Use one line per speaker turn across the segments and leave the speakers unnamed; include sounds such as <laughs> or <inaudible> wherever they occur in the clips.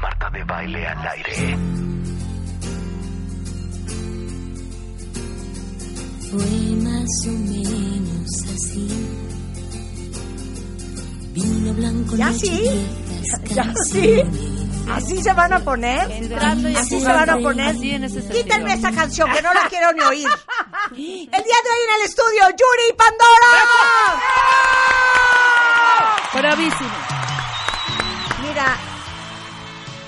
Marta de Baile al aire.
Fue más o menos así. Vino blanco
¿Ya
noche
sí?
viejas
<laughs> ¿Ya sí? ¿Así se van a poner?
Entrando y
¿Así se
empujando,
van a poner?
así en ese sentido.
Quítenme esa canción que no la quiero ni
<laughs>
oír. El día de hoy en el estudio, Yuri y Pandora.
Bravísimo.
Mira,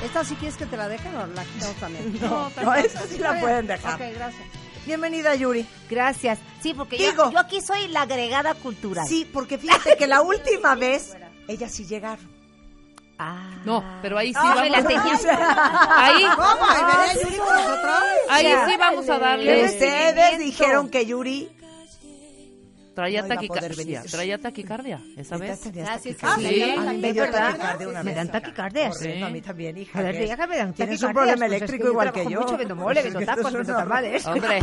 ¿esta sí quieres que te la dejen o la quitamos también?
<laughs> No,
no, esa sí la pueden dejar.
Ok, gracias.
Bienvenida, Yuri.
Gracias. Sí, porque
Digo.
yo, yo aquí soy la agregada cultural.
Sí, porque fíjate que la
<laughs>
última vez, ellas sí llegaron.
Ah.
No, pero ahí sí vamos.
Ay, las tejías.
<laughs>
Ahí,
¿Cómo? ¿Y venía ¿eh, Yuri con nosotros?
ahí sí vamos a
Que
darle.
Ustedes dijeron que Yuri...
Traía
No iba a poder
taquicardia.
venir.
Traía taquicardia, esa vez.
Gracias.
Ah, sí.
me dan
A mí me
taquicardia,
dio
¿verdad?
taquicardia una
Me
vez.
dan taquicardias.
Sí.
No, a mí también, hija.
A ver,
¿qué?
déjame dan
Tienes un
taquicardias,
problema
pues, es
eléctrico
yo
igual que
trabajo
yo. <laughs>
mucho, vendo mole, vendo
Es que esto
tacos,
es
vendo
una- <laughs>
<laughs>
tamales.
Hombre,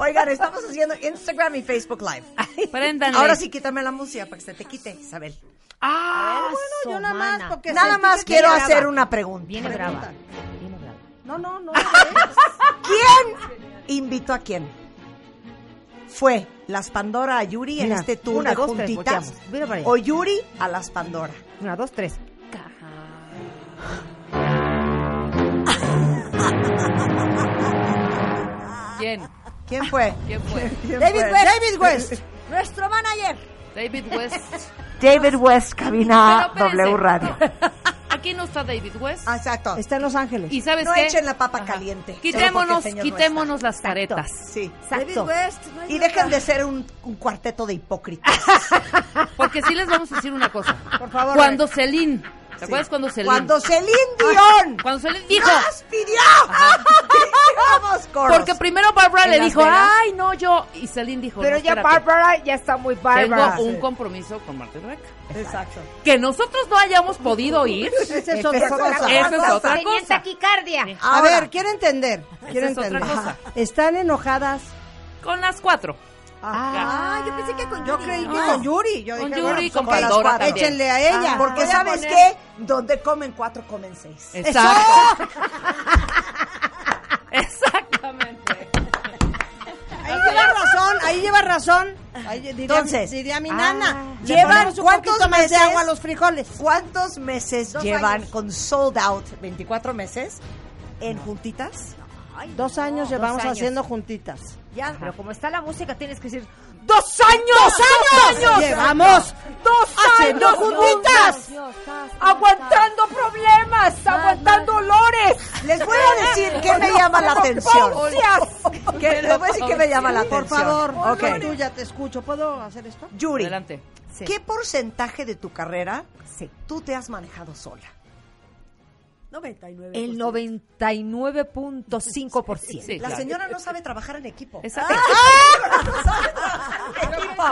Oigan, estamos haciendo Instagram y Facebook Live.
préndanle.
Ahora sí, quítame la música para que se te quite, Isabel.
Ah,
Eso,
yo nada
mana.
más, porque nada más
viene
quiero
brava.
hacer una pregunta.
Viene brava. Viene brava.
No, no, no.
Ah,
¿Quién invitó a quién? Fue las Pandora a Yuri en
Mira,
este tour
una,
de
dos, tres,
juntitas
volteamos. Mira para allá.
o Yuri a las Pandora.
Una, dos, tres.
¿quién?
¿Quién fue?
¿Quién fue?
<laughs> ¿Quién
David
fue?
West.
David West.
Nuestro manager.
David West.
David West, cabina
Pero espérense, no. Aquí no está David West.
Ah, <laughs> Exacto.
Está en Los Ángeles.
Y sabes
No
qué?
echen la papa caliente.
Quitémonos,
solo porque el señor no
quitémonos las
Exacto.
caretas.
está. Sí.
Exacto.
Y dejen de ser un, un cuarteto de hipócritas.
Porque sí les vamos a decir una
<laughs>
cosa.
Por favor,
Cuando Celine, ¿te acuerdas
Sí.
cuando Celine?
Cuando Celine Dion
<laughs> Cuando Celine dijo,
nos pidió Vamos, coros.
porque primero Barbara
En
le
Las
dijo,
Vegas.
ay, no, yo. Y Celine dijo,
Pero
"No,
ya
espérate,
Bárbara ya está muy bárbara.
Tengo un
Sí.
compromiso con Martín Reca.
Exacto.
Que nosotros no hayamos podido ir.
Esa es
Esa
otra
es otra
cosa.
Esa es otra
Tenía
cosa.
taquicardia.
A
Ahora,
ver, quiero entender. Quiero
es otra
entender.
cosa.
Están enojadas.
Con las cuatro.
Ah, yo pensé que con
Yo
Yuri.
creí que
No.
con Yuri. Yo
Con
dije,
Yuri y
pues,
con
las
Pandora
cuatro.
también.
Échenle a ella.
Ah.
Porque
Voy a
¿sabes
poner-
qué? Donde comen cuatro, comen seis.
Exacto. Exactamente.
Ahí lleva razón, ahí lleva razón. Entonces,
mi nana,
Ah.
le
llevan
ponemos un
cuántos
poquito más de
meses
agua a los
frijoles. ¿Cuántos meses
Dos
llevan
años.
con sold out? 24 meses en juntitas.
Dos años llevamos haciendo
juntitas.
Ya, pero como está la música, tienes que decir.
¡Dos años! ¡Dos años! Llevamos dos
haciendo
años juntitas.
¡Aguantando problemas! ¡Aguantando olores!
Les voy a decir que me llama la atención. Que les voy a decir que me llama la atención.
Por favor,
Ok.
tú ya te escucho. ¿Puedo hacer esto?
Yuri,
Adelante.
Sí.
¿qué porcentaje de tu carrera
Sí.
tú te has manejado sola?
99.
El 99.5%.
Sí,
La
claro.
señora no sabe trabajar en equipo.
Exacto.
equipo.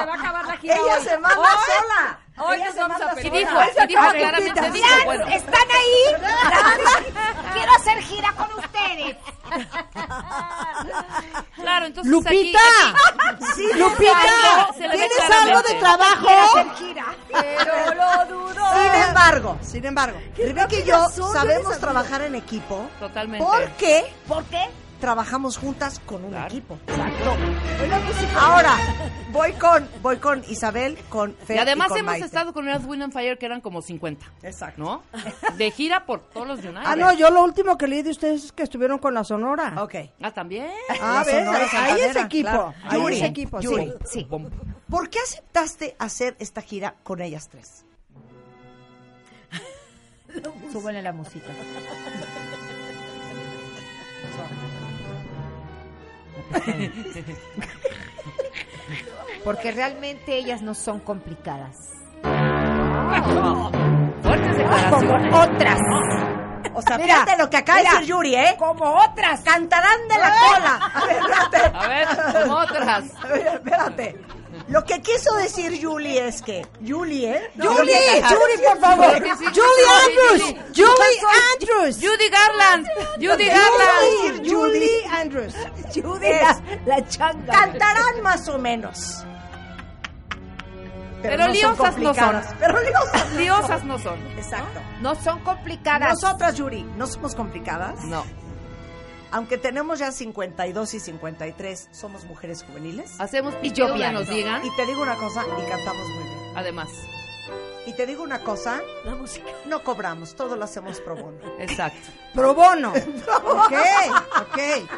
Ella se manda sola.
Hoy
Ella
nos
se
vamos
manda
a pedir.
sola.
Dijo, y dijo
A ver,
claramente,
Tita,
dijo,
¿están-
bueno.
¿Están ahí?
<laughs>
Quiero hacer gira con ustedes.
Claro, entonces aquí-
Lupita,
Sí,
Lupita, se le ve
¿tienes
claramente.
algo de
Quiero hacer
trabajo?
gira.
pero lo dudo. Sin embargo, sin embargo, Rebeca y yo sabemos trabajar en equipo
Totalmente.
porque
¿Por qué?
trabajamos juntas con un
Claro.
equipo. Ahora, <laughs> voy con, voy con Isabel, con Fer
y además
con
hemos
Maite.
estado con Earth, Wind and Fire que eran como 50.
Exacto.
¿No? De gira por todos los United.
Ah, no, yo lo último que leí de ustedes es que estuvieron con la Sonora.
Ok.
Ah, también.
Ah,
La
¿ves?
Sonora
Ahí
Santanera,
es equipo.
claro.
Ahí
Yuri,
es equipo, sí.
Yuri.
Sí.
Bom.
¿Por qué aceptaste hacer esta gira con ellas tres?
Súbele la música. <laughs> Porque realmente ellas no son complicadas.
Ah,
Fuertes
Como
declaraciones.
otras.
O sea,
Mira,
fíjate lo que acaba de
mira.
decir Yuri, ¿eh?
Como otras.
Cantarán de la cola. ¿Eh? <laughs> A ver, espérate.
A ver, como otras.
A ver, espérate. Lo que quiso decir Julie es que. Julie, ¿eh?
Julie, Julie, por
Pero
favor.
que sí,
Julie
sí,
Andrews. Julie Andrews.
Judy Garland. Judy
Julie,
Garland.
Julie, Andrews.
Judy, la, la changa.
Cantarán más o menos.
Pero
son
liosas no son.
complicadas. Pero liosas no
Diosas
son.
no son.
Exacto.
No son complicadas.
Nosotras, Yuri, no somos complicadas.
No.
Aunque tenemos ya 52 y 53, somos mujeres juveniles.
Hacemos
Y
picheo
yo
que
piano.
nos digan.
Y te digo una cosa, y cantamos muy bien.
Además.
Y te digo una cosa,
La música.
no cobramos, todo lo hacemos pro bono. <laughs>
Exacto.
Pro bono. ok, ok.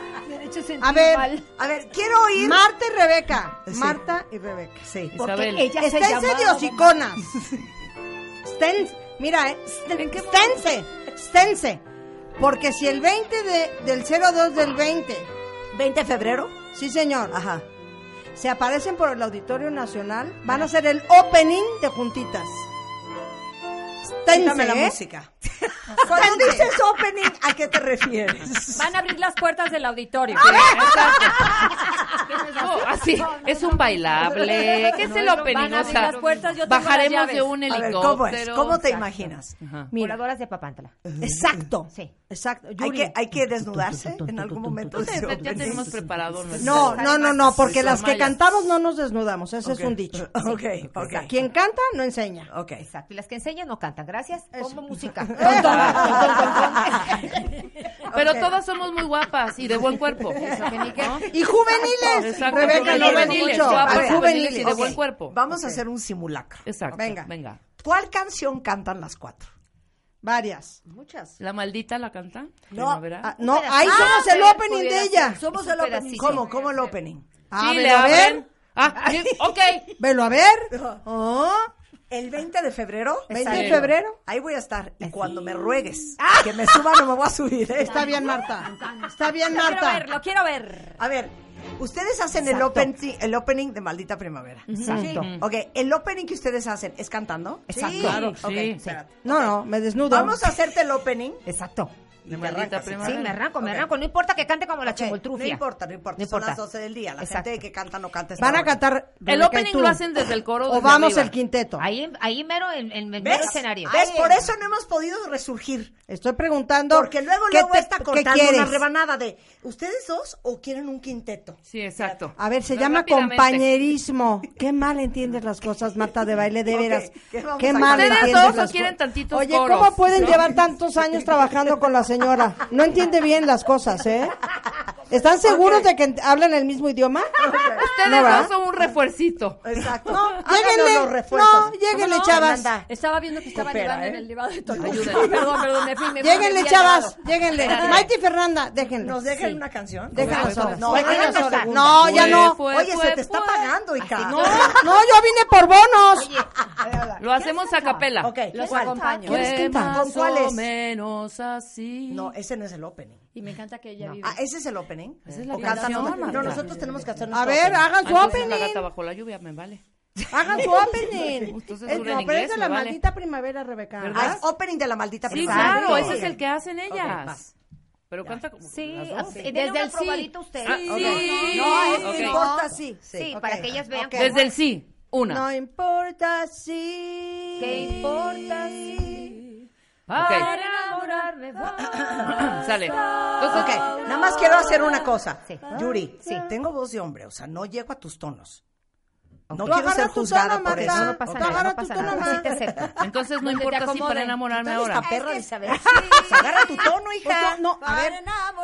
A ver, a ver, quiero oír. Marta y Rebeca. Marta y Rebeca. Sí.
Isabel.
ella se
Esténse
llamaba-
de hociconas. Estén- mira, eh, estén-
¿En qué
esténse, esténse. Porque si el 20 de, del 02 del 20,
20 de febrero.
sí señor, ajá, se aparecen por el Auditorio Nacional, van a hacer el opening de Juntitas. Esténse,
Quítame la
¿eh? <laughs>
música. Cuando dices opening, ¿a qué te refieres?
Van a abrir las puertas del auditorio.
Ah,
No, así. Es un bailable. ¿Qué es el opening?
van a
O sea,
abrir las puertas, yo tengo las
bajaremos de
llaves.
un
A ver,
helicóptero.
¿cómo es? ¿Cómo te
Exacto.
imaginas?
Ajá.
Mira,
Curadoras de papántala.
exacto.
Sí.
Exacto.
Hay
Yuri.
que, hay que desnudarse en algún momento. de ese
Ya
opening.
tenemos preparado nuestro-
No, no, no, no, porque las que
Mayas.
cantamos no nos desnudamos, ese es un dicho.
<laughs> Ok, ok.
Quien canta no enseña.
Ok.
Exacto. Y las que enseñan no cantan. Gracias. Como música. <laughs>
<laughs>
Pero todas somos muy guapas y de buen
<laughs>
cuerpo. ¿No?
Y juveniles,
Exacto,
Rebeca, lo ves
juveniles,
mucho.
guapos,
A ver,
juveniles y de
ok.
buen cuerpo.
Vamos a hacer un simulacro.
Exacto.
Venga.
Venga.
¿Cuál canción cantan las cuatro?
Varias.
Muchas.
¿La maldita la canta?
No,
¿verdad?
ah, no, ahí somos el
Ah,
opening de ella.
Somos el opening.
¿Cómo? ¿Cómo el opening?
Ah,
sí, le
velo a ver,
abren. Ah, sí, ok.
velo a ver. Oh,
El 20 de febrero.
20 de
Exacto.
febrero. Ah.
Ahí voy a estar. Y cuando me ruegues que me suba, no me voy a subir. ¿eh?
Está bien, Marta. Está bien,
Lo quiero ver,
Marta.
lo quiero ver.
A ver, ustedes hacen el,
Exacto.
opening, el opening de Maldita Primavera.
Exacto.
Ok, el opening que ustedes hacen es cantando.
Exacto.
Claro,
Ok,
sí.
espérate.
No, no, me desnudo.
Vamos a hacerte el opening.
Exacto.
De maldita
Sí, me
primavera.
arranco, me arranco. No importa que cante como la
Ok,
chimoltrufia.
No importa, no importa.
No
Son
importa.
las 12 del día. La
Exacto.
gente que canta no canta. esta
Van a
hora.
cantar.
El
Rebeca y
opening
tú.
lo hacen desde el coro.
O
desde
vamos
arriba.
el quinteto.
Ahí, ahí mero en en el mero
¿Ves?
escenario.
¿Ves? Por eso no hemos podido resurgir.
Estoy preguntando.
Porque luego,
¿qué
luego
te-
está
qué
cortando
quieres?
una rebanada de ¿Ustedes dos o quieren un quinteto?
Sí, exacto.
A ver, se
No,
llama
Pues rápidamente.
compañerismo. Qué mal entiendes las cosas, Marta de baile, de
Ok,
veras.
¿qué vamos
Qué
a
mal
hacer? Ustedes
entiendes
dos
las
o quieren
co-
tantitos
Oye, ¿cómo
coros,
pueden
no?
llevar tantos años trabajando con la señora? No entiende bien las cosas, ¿eh? ¿Están seguros de que ent- hablan el mismo idioma?
Ustedes
No, ¿verdad?
dos son un refuercito.
Exacto.
Lléguenle.
Háganos los refuerzos.
No, lléguenle,
¿Cómo no?
chavas.
Estaba viendo que estaba
Coopera,
llevando
¿eh?
en el elevado de Toluca.
<laughs> Ayúdenme.
Perdón, perdón, me fui. me fui, me fui
Lléguenle,
al
chavas.
elevado.
Lléguenle. Maite y Fernanda,
¿Nos
déjenlos.
dejan una canción?
Déjenlas
Fue,
solas.
No,
Déjenlas
déjenlas
solas.
solas.
No, ya
Fue,
no.
fue,
Oye, se
fue,
te está
fue.
pagando, hija.
No, no, yo vine por bonos.
Lo hacemos a capela.
Ok,
Los
¿cuál?
acompaño.
¿Quieres
Fue
cantar?
más
¿Con cuál es?
o menos así.
No, ese no es el opening.
Y me encanta que ella vive.
Ah, ese es el opening.
Esa es la
O cantan
canción,
otra.
Marta.
No, nosotros tenemos que hacer
A
nuestro
ver,
opening.
hagan su
Entonces la
opening.
gata bajo la lluvia me vale.
Hagan
<laughs>
su opening.
Entonces
Es-
dura
no,
en
pero
inglés,
es de
me
la
vale.
maldita primavera, Rebeca.
¿Verdad?
Ah, es opening de la maldita
Sí,
primavera.
claro,
Ok.
ese es el que hacen
Ok,
ellas.
vas.
Pero canta como
Sí,
las
así.
dos.
Eh, denle
Desde
una
el sí.
probadita a ustedes.
Ah, ok.
Sí,
No, es
Ok.
que importa sí.
ok.
para que ellas vean
Ok.
que
Desde el sí, una.
No importa si.
¿Qué importa si
Ok.
Para enamorarme
<clears throat> Sale. Entonces,
Ok, nada más quiero hacer una cosa.
Sí.
Yuri,
Ah,
Sí.
tengo voz de hombre, o sea, no llego a tus tonos. No
Tú
quiero
agarra
ser
tu
juzgada
tono,
por
Marta.
eso.
no pasa
Tú
nada,
agarra
no
tu
pasa
tono,
nada.
Marta.
Sí te acepto.
entonces no
Donde te
importa si para
acomoden.
enamorarme
Entonces,
ahora.
esta perra, Isabel.
Sí.
Agarra tu tono,
Pues
hija.
yo- no, a
Para
ver.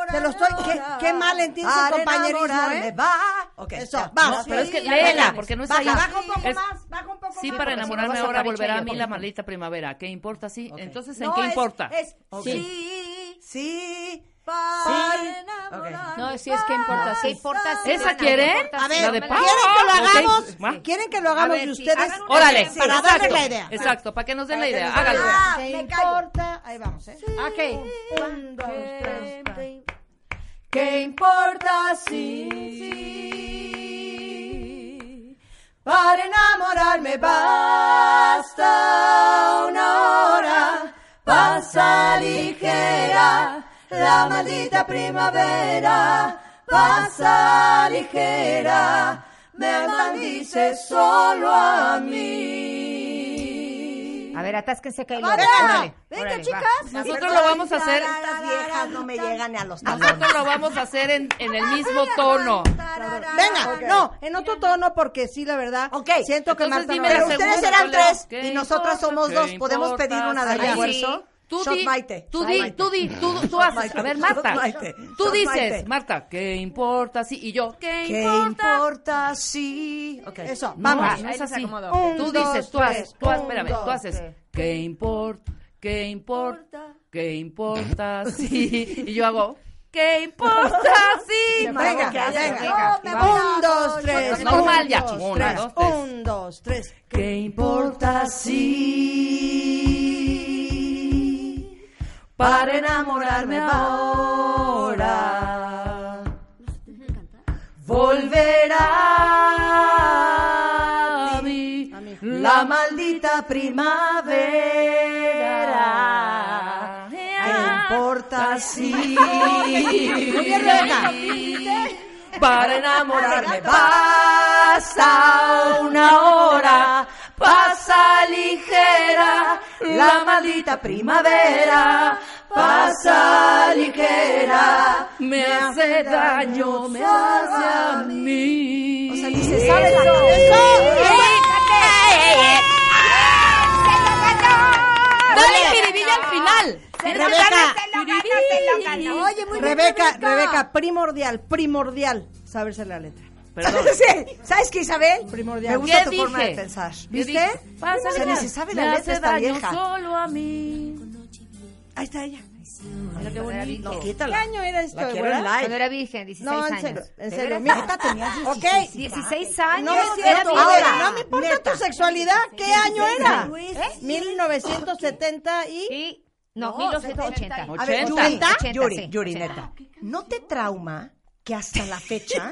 Te lo estoy. Qué,
enamorar.
qué mal entiendes el
Para
compañerismo,
enamorarme,
¿eh?
va. Ok,
Eso,
ya.
vamos.
No, pero es que
Sí,
léela,
ya.
porque no es
baja,
ahí.
baja un poco
Es-
más, baja un poco
Sí,
más.
para
si no
enamorarme
vas a
ahora
acabar
volverá a mí
echando.
la maldita primavera. ¿Qué importa? Sí. Entonces, ¿en
No,
qué
es-
importa?
Es,
Ok.
sí,
Sí.
para
Ok.
No, sí, es
Ah,
que importa.
¿Qué
Sí.
importa si
¿Esa
ganan? ¿Qué
quieren?
importa
A
si
ver,
La
no
de
me
Pau.
¿quieren que lo
Ok.
hagamos?
Va.
¿Quieren que lo hagamos
ver,
y
sí,
ustedes?
hagan una
Órale.
Sí,
para darles
Exacto.
la idea. Ah,
Exacto, para que nos den la idea.
Para que
Háganlo.
nos den la idea.
me
¿Qué
callo.
importa? Ahí vamos, ¿eh?
Ok.
Un, dos, tres, va.
¿Qué importa si para enamorarme basta una hora? Pasa ligera la maldita primavera, pasa ligera, me maldice solo a mí.
A ver, atásquense que ahí lo
Venga,
dejo.
Órale, venga,
Órale, va.
chicas.
Nosotros lo vamos a hacer,
Estas viejas no me llegan ni a los talones.
nosotros lo vamos a hacer en, en el mismo tono.
Venga,
Venga, no, en otro tono porque sí, la verdad.
Ok.
Siento que
Entonces
Marta
dime
no
Pero
la
va a-
ustedes
segunda,
eran
yo leo.
tres
¿Qué
y nosotras
importa?
somos
¿Qué
dos. Podemos
importa?
pedir una de
Ay, sí.
refuerzo.
Tú
Shot
di,
Maite.
tú
Shot
di,
Maite.
tú di, tú, tú
Shot
haces.
Maite,
A ver,
shot
Marta,
Maite,
tú
shot
dices,
Maite.
Marta, ¿qué importa? Sí, y yo, ¿qué,
¿Qué
importa?
importa si...? Eso,
No,
vamos.
no es
les
así.
acomodo.
Un,
tú
dos,
dices, tú
tres.
haces, tú haces,
Un,
espérame,
dos,
tú haces,
tres.
¿qué importa? ¿Qué importa? ¿Qué
<laughs>
importa? Sí. Y yo hago, ¿qué importa? <laughs> Sí.
Venga,
que hace,
venga.
venga.
me
Vamos.
voy a-
Un, dos, tres.
Normal
un,
ya.
dos,
Una,
tres.
dos, tres.
Un, dos, tres.
¿Qué importa si para enamorarme ahora volverá a mí la maldita primavera?
¿Qué importa si...?
Para enamorarme pasa una hora, pasa ligera, la maldita primavera, pasa ligera, me hace daño, me hace a mí.
¿Sabe la
Dale piribilla al final.
Rebeca.
Oye, muy bien,
Rebeca, Rebeca, primordial, primordial saberse la letra.
Perdón.
<laughs> Sí, ¿Sabes qué, Isabel?
Primordial.
Me gusta
¿Qué
tu forma de
dije?
pensar.
¿Qué
¿Viste?
dije? Pasa
O sea, ni
ligera,
se sabe
me
la
hace
letra esta
daño
vieja.
solo a mí.
Ahí está ella.
Mira qué bonito.
No,
Qué
quítala. ¿Qué año era esto,
La quiero
güera?
en live. Cuando era virgen, 16
No, en
años.
serio, en
¿De
serio.
veras?
Mira, tenías 16. Ok.
16 años.
No, es
era
cierto.
virgen.
Ahora, no me importa
Neta.
tu sexualidad. ¿Qué año era?
Luis,
¿Eh?
1970 y...
Y, no,
No,
1980.
A ver,
80.
Yuri,
80,
Yuri,
sí,
Yuri,
80.
neta. ¿No te trauma que hasta la fecha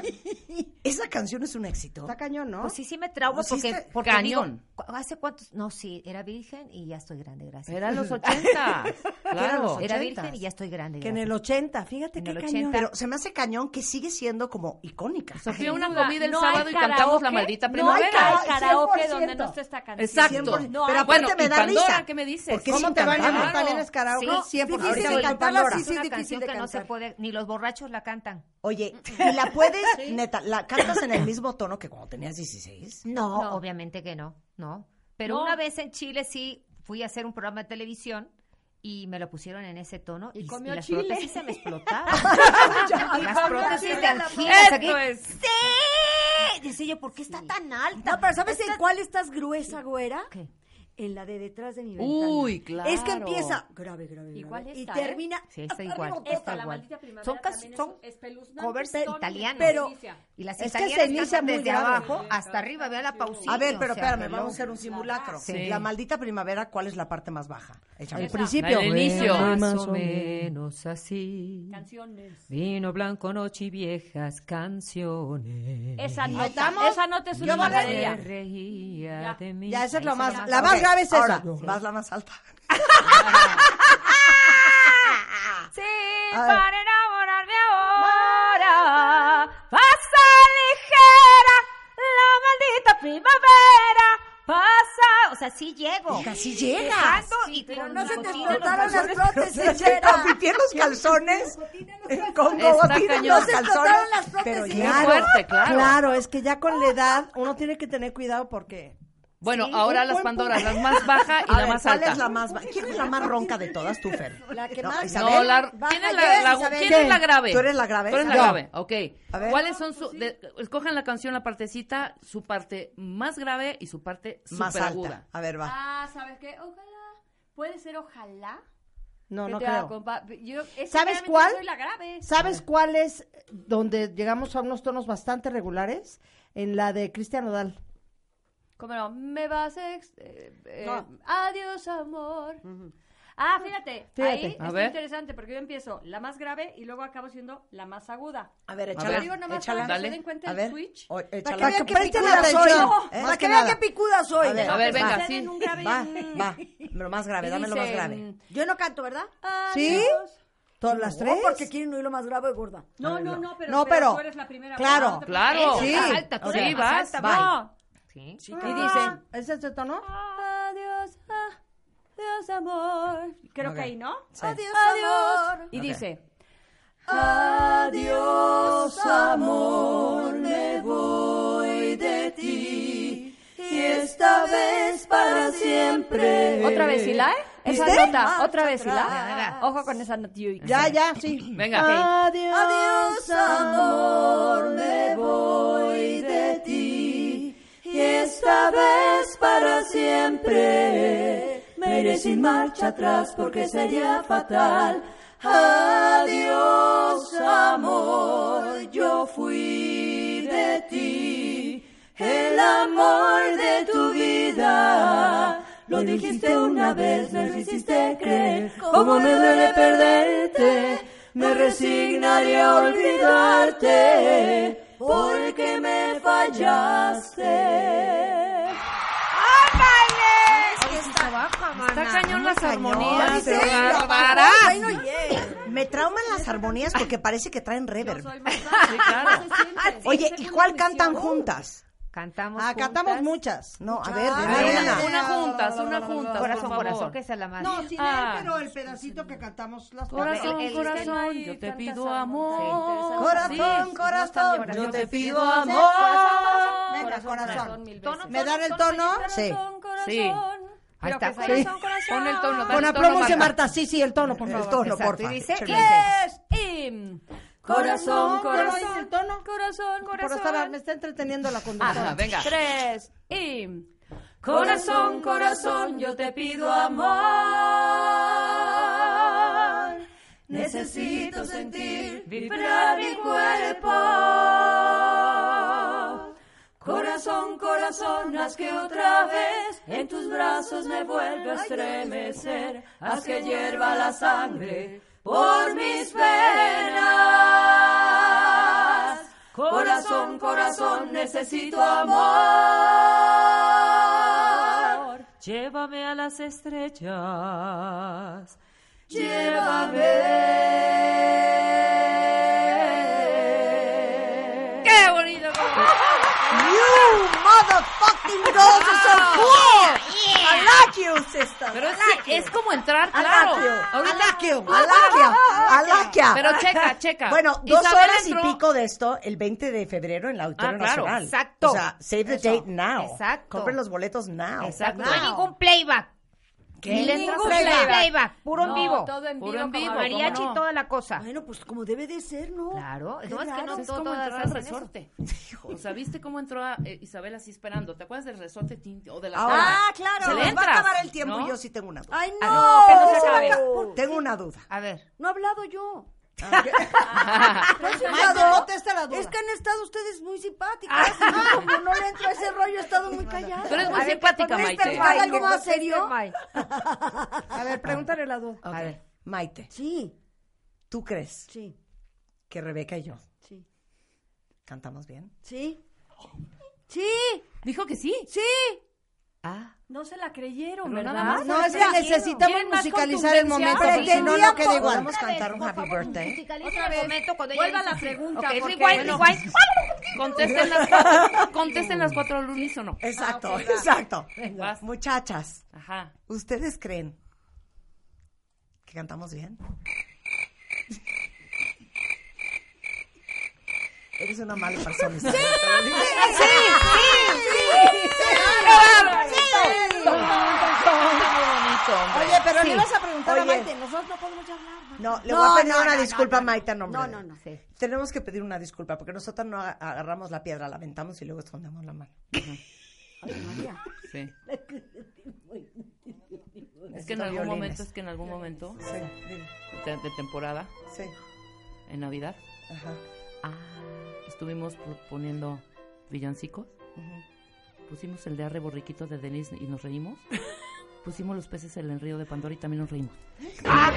esa canción es un éxito? Está cañón, ¿no?
Pues sí, sí me traumo
Pues sí
porque,
está
porque
cañón.
digo, cu- ¿hace cuántos? No, sí, era virgen y ya estoy grande, gracias.
Era
<laughs>
los 80. Claro.
Era
80s.
virgen y ya estoy grande.
Que en
gracias.
el 80, fíjate
En
qué
el
cañón.
80.
Pero se me hace cañón que sigue siendo como icónica.
Se fue a
Sin
una
duda,
comida el
no hay
sábado y cantamos la
karaoke,
maldita
No hay
primavera.
ca- karaoke
100%.
donde no esté esta canción.
Exacto.
Siempre- pero aparte
bueno,
me
y
da
Pandora,
risa.
¿qué me dices?
Porque
¿Cómo
sin
te van
cantar.
a
Claro.
también es
karaoke,
Sí,
100%.
difícil
Ahorita
de
voy con
cantarla,
Pandora.
sí, es
Sí,
una
difícil
canción
de
que no se
cantar.
puede, ni los borrachos la cantan.
Oye, ¿y la puedes, neta, la cantas en el mismo tono que cuando tenías 16?
No,
No.
obviamente que no, no. Pero una vez en Chile sí fui a hacer un programa de televisión y me lo pusieron en ese tono y, y las prótesis
<laughs>
se me explotaban. las prótesis de anginas aquí.
Esto es.
¡Sí! Dice yo, ¿por qué está tan alta?
No, pero ¿sabes en cuál estás gruesa, güera?
¿Qué?
En la de detrás de mi ventana.
Uy, claro.
Es que empieza grave, grave, grave.
Igual
y
esta, ¿eh?
termina.
Sí, está
arriba,
igual,
otra.
está igual. Son, cas- son covers
Pero-
italianos.
pero-
y las
es que
italianas
se inicia
cantan
muy
desde
grave.
abajo hasta arriba, vea la pausita.
A ver, pero
o sea,
espérame,
reloj.
vamos a hacer un simulacro.
Sí.
La maldita primavera, ¿cuál es la parte más baja? Échame.
Al principio.
El inicio. Ah,
Más
Más
o
o
menos.
menos así. Canciones. Vino blanco, noche y viejas canciones.
Esa no,
¿Estamos?
esa nota es
Yo
una
voy a
maravilla.
Se reía de mí.
Ya, esa es la
Ahí
más,
se
la más Ok, grave es
ahora,
esa. Vas la más alta.
Sí,
A ver.
para enamorarme ahora. Pasa ligera la maldita primavera. Pasa. O sea, sí llego.
Casi llega.
Llegando y
Pero
con
no
mi
se te
botines,
explotaron las
<laughs> Se
prótesis,
te
güera.
compitié los calzones. Con
Está
gogotina
cañón.
los calzones.
Se
explotaron las prótesis.
Pero
Muy
claro,
fuerte, claro.
claro. es que ya con la edad uno tiene que tener cuidado porque.
Bueno, ahora
un
las
buen
Pandoras, las más baja y
A
la
ver,
más
¿cuál
alta.
es la más ba- ¿Quién es la más ronca de todas, tú, Fer?
La que
No,
más-
Isabel.
No, la,
Baja
¿quién, es
yo,
la, la-
Isabel.
quién es la grave?
¿Tú eres la grave?
Tú eres la
Yo.
grave, ok.
A ver.
¿Cuáles son su, de- escojan la canción, la partecita, su parte más grave y su parte
Más
súper
alta.
aguda.
A ver, va.
Ah, ¿sabes qué? Ojalá. Puede ser ojalá.
No,
que
no
te
creo.
acompa- Yo, es que
¿Sabes
realmente
cuál?
Soy la grave.
¿Sabes cuál es donde llegamos a unos tonos bastante regulares? En la de Cristian Odal.
Como no, me vas a... ex- eh, eh, Adiós, amor. Ah, fíjate,
Fíjate.
ahí
A
es
ver.
interesante porque yo empiezo la más grave y luego acabo siendo la más aguda.
A ver,
échala,
Lo digo nomás
échala.
para que se
Dale.
den cuenta
A
el
ver,
switch.
o-
Para
échala.
que vean qué
presten
picuda soy.
atención,
No,
eh,
Para
más
que vean
nada.
qué picuda soy.
A ver,
A ver,
Pero
venga,
están
sí.
en un grave-
Va,
Mm.
va. Lo más grave,
Y
dame lo más
dicen,
grave.
Yo no canto, ¿verdad?
¿Sí?
Adiós.
¿Todas las
No,
tres?
porque quieren oír lo más grave, gorda.
No, no, no, pero,
No, pero-
tú eres la primera.
claro,
no te
Claro.
Sí.
Más alta, tú
Sí,
eres más
vas,
alta,
vas.
va.
Ah,
preocupes. No.
Sí.
Y dicen,
¿Es ese tono?
adiós, ah, Adiós, amor. Creo que ahí, ¿no?
Adiós, amor.
Y dice,
Adiós, amor, me voy de ti. Y esta vez para siempre.
otra vez, ¿y la? eh? Esa
¿Viste?
nota,
Ah,
Marcha
otra vez, ¿y la?
atrás.
Oh.
Ojo con esa nota.
Ya, ya, sí.
Venga.
Adiós, amor, me voy de ti. Y esta vez para siempre. Me iré sin marcha atrás porque sería fatal. Adiós, amor, yo fui de ti. El amor de tu vida. Ah, Lo dijiste una vez, me lo hiciste creer. Cómo me duele perderte. Me resignaré a olvidarte. Porque me fallaste.
Ah,
Está cañón las armonías.
Sí,
¿verdad?
Me trauman las armonías porque parece que traen reverb.
Sí, claro.
<laughs> Oye, ¿y cuál cantan juntas?
Cantamos.
Ah, cantamos
juntas.
muchas. No, a ver,
A ver,
dime
una,
una.
una juntas, una juntas. por
Corazón,
favor.
corazón, que esa es la más.
sin
Ah.
pero el pedacito que cantamos las
Corazón,
El- el-
corazón, yo te pido amor.
Corazón, corazón,
Sí,
yo te pido
amor.
amor. Venga, corazón.
Tono,
¿Me dan el tono? Sí.
Sí.
Ahí está.
Corazón, corazón.
Pon el tono. dale
Con
el tono,
aplauso de
Marta.
Marta. Sí, sí, el tono, por
El
favor.
tono,
Exacto,
porfa.
y dice,
Excelente.
y dice,
Im. Corazón,
¿no?
corazón,
¿El tono?
corazón,
Por estar, me
corazón.
está entreteniendo la
Ajá,
conductora.
venga.
Tres. Im. Corazón, corazón, yo te pido amor. Necesito sentir vibrar mi cuerpo. Corazón, corazón, haz que otra vez en tus brazos me vuelva a estremecer, haz que hierva la sangre por mis venas. Corazón, corazón, necesito amor.
Llévame a las estrellas.
Llévame.
¡Qué bonito!
You motherfucking girls are so cool. I like you, sister.
Ah. Pero es, que es como entrar, claro.
Alaquio,
Ahorita- Ah,
alaquio, alaquia, alaquia.
Pero checa, checa.
Bueno, dos
Isabel
horas
entró-
y pico de esto el 20 de febrero en la Auditorio
Ah, claro,
Nacional.
exacto.
O sea, save the date now.
exacto.
Compren los boletos now.
Exacto.
no hay ningún playback. Ni le entras
Ningún
al
playback.
playback, puro en
No,
vivo.
Todo en vivo.
Puro en
como
vivo,
ahora.
María,
Mariachi,
no?
toda la cosa.
Bueno, pues como debe de ser, ¿no?
Claro,
Qué
no es que
raro.
no
Es como
todas
entrar al
hacen eso.
resorte. O sea, ¿viste cómo entró a, eh, Isabel así esperando? ¿Te acuerdas del resorte tin- o de la
Ahora,
Ah, claro.
Se
Se
le
nos va a
entras,
acabar el tiempo
¿no?
y yo sí tengo una duda.
Ay, no.
Ah, no, que no se
¿Por
acabe.
qué?
Tengo una duda.
A ver,
No he hablado yo.
Ah,
<laughs>
Pues,
Maite, contesta la duda.
Es que han estado ustedes muy
Ah,
simpáticas. Yo como no le entro a ese rollo, he estado muy callada.
Tú eres muy
A ver,
simpática,
¿cuánto-
Maite.
¿Para algo más serio?
A ver, pregúntale la duda.
a ver.
Maite,
Sí,
¿tú crees
sí,
que Rebeca y yo
sí.
cantamos bien?
Sí. Sí,
Dijo que sí.
sí.
No se la creyeron,
Pero
¿verdad?
nada más.
Ah, No, es que necesitamos
¿Quieren más
musicalizar el
contundencia?
momento. porque Si no, no queda igual.
Otra
Podemos
vez,
cantar un
por
happy
favor,
birthday.
musicaliza el momento cuando ella
Vuelva
dice
la
sí.
pregunta,
Ok,
porque-
rewind,
Bueno.
rewind.
Contesten las cuatro, contesten las cuatro al unísono.
Exacto, exacto.
Vas.
Muchachas,
Ajá.
¿ustedes creen que cantamos bien? Eres una mala persona. Isabel, te lo digo.
Oye,
pero le ibas
Vas a preguntar a
Oye.
Maite, nosotros no podemos ya hablar. Maite.
No, le
No,
voy a pedir
no,
una
no,
disculpa
no,
a Maite en nombre
No,
de-
no, no.
Tenemos que pedir una disculpa porque nosotros no aga- agarramos la piedra, la aventamos y luego escondemos la mano.
Sí. Es que en algún
violines.
momento, es que en algún momento
Sí, dile.
de, de temporada,
sí.
en Navidad, ah,
Ajá.
estuvimos pu- poniendo villancicos. Pusimos el de Arre Borriquito de Denise y nos reímos. Pusimos los peces en el río de Pandora y también nos reímos. ¡No!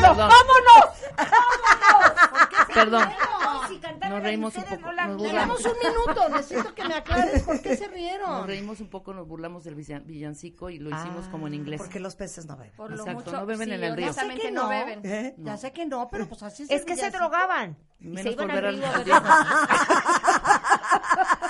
¡No! ¡Vámonos! <laughs> Perdón. Nos reímos un poco. Nos burlamos.
un minuto, necesito que me aclares por qué se rieron.
Nos reímos un poco, nos burlamos del villan- villancico y lo hicimos como en inglés.
Ah, Porque los peces no beben.
Por lo
Exacto,
mucho,
no beben
sí,
en el río.
honestamente
Ya sé que
no.
no.
beben.
¿Eh? Ya sé que no, pero pues así
Es que se drogaban. Y se
Menos
iban
volver al-
al río.
al
¿verdad?
viejo.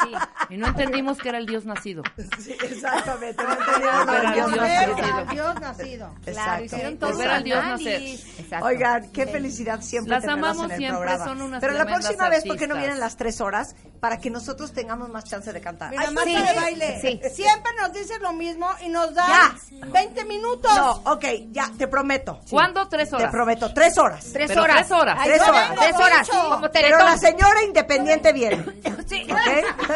Sí.
Y no entendimos que era el Dios nacido.
Sí, exactamente. <laughs> No entendíamos la
Volver al Dios
Ah, Dios nacido.
nacido.
Dios nacido.
Claro, hicieron todo
Volver al Dios nacer.
<laughs> Exacto.
Oigan, qué felicidad siempre
Las
tenerlas
amamos
en el
siempre,
programa.
son unas
Pero la
tremendas
próxima vez, ¿por qué no
artistas.
vienen las tres horas? Para que nosotros tengamos más chance de cantar.
Ay,
Mira, Marta
sí,
de baile.
sí.
Siempre nos dice lo mismo y nos da
Ya.
20 minutos.
no, ok, ya, te prometo.
¿Cuándo? Tres
Te
horas.
prometo, tres horas.
Tres
Pero
horas.
tres horas.
Tres
yo
horas.
vengo,
Tres horas.
Poncho.
Como
Pero
Teletón.
la señora
<laughs>
independiente viene.
<laughs> Sí.
¿Ok?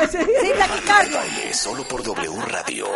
Sin platicarlo.
Baile solo por W Radio.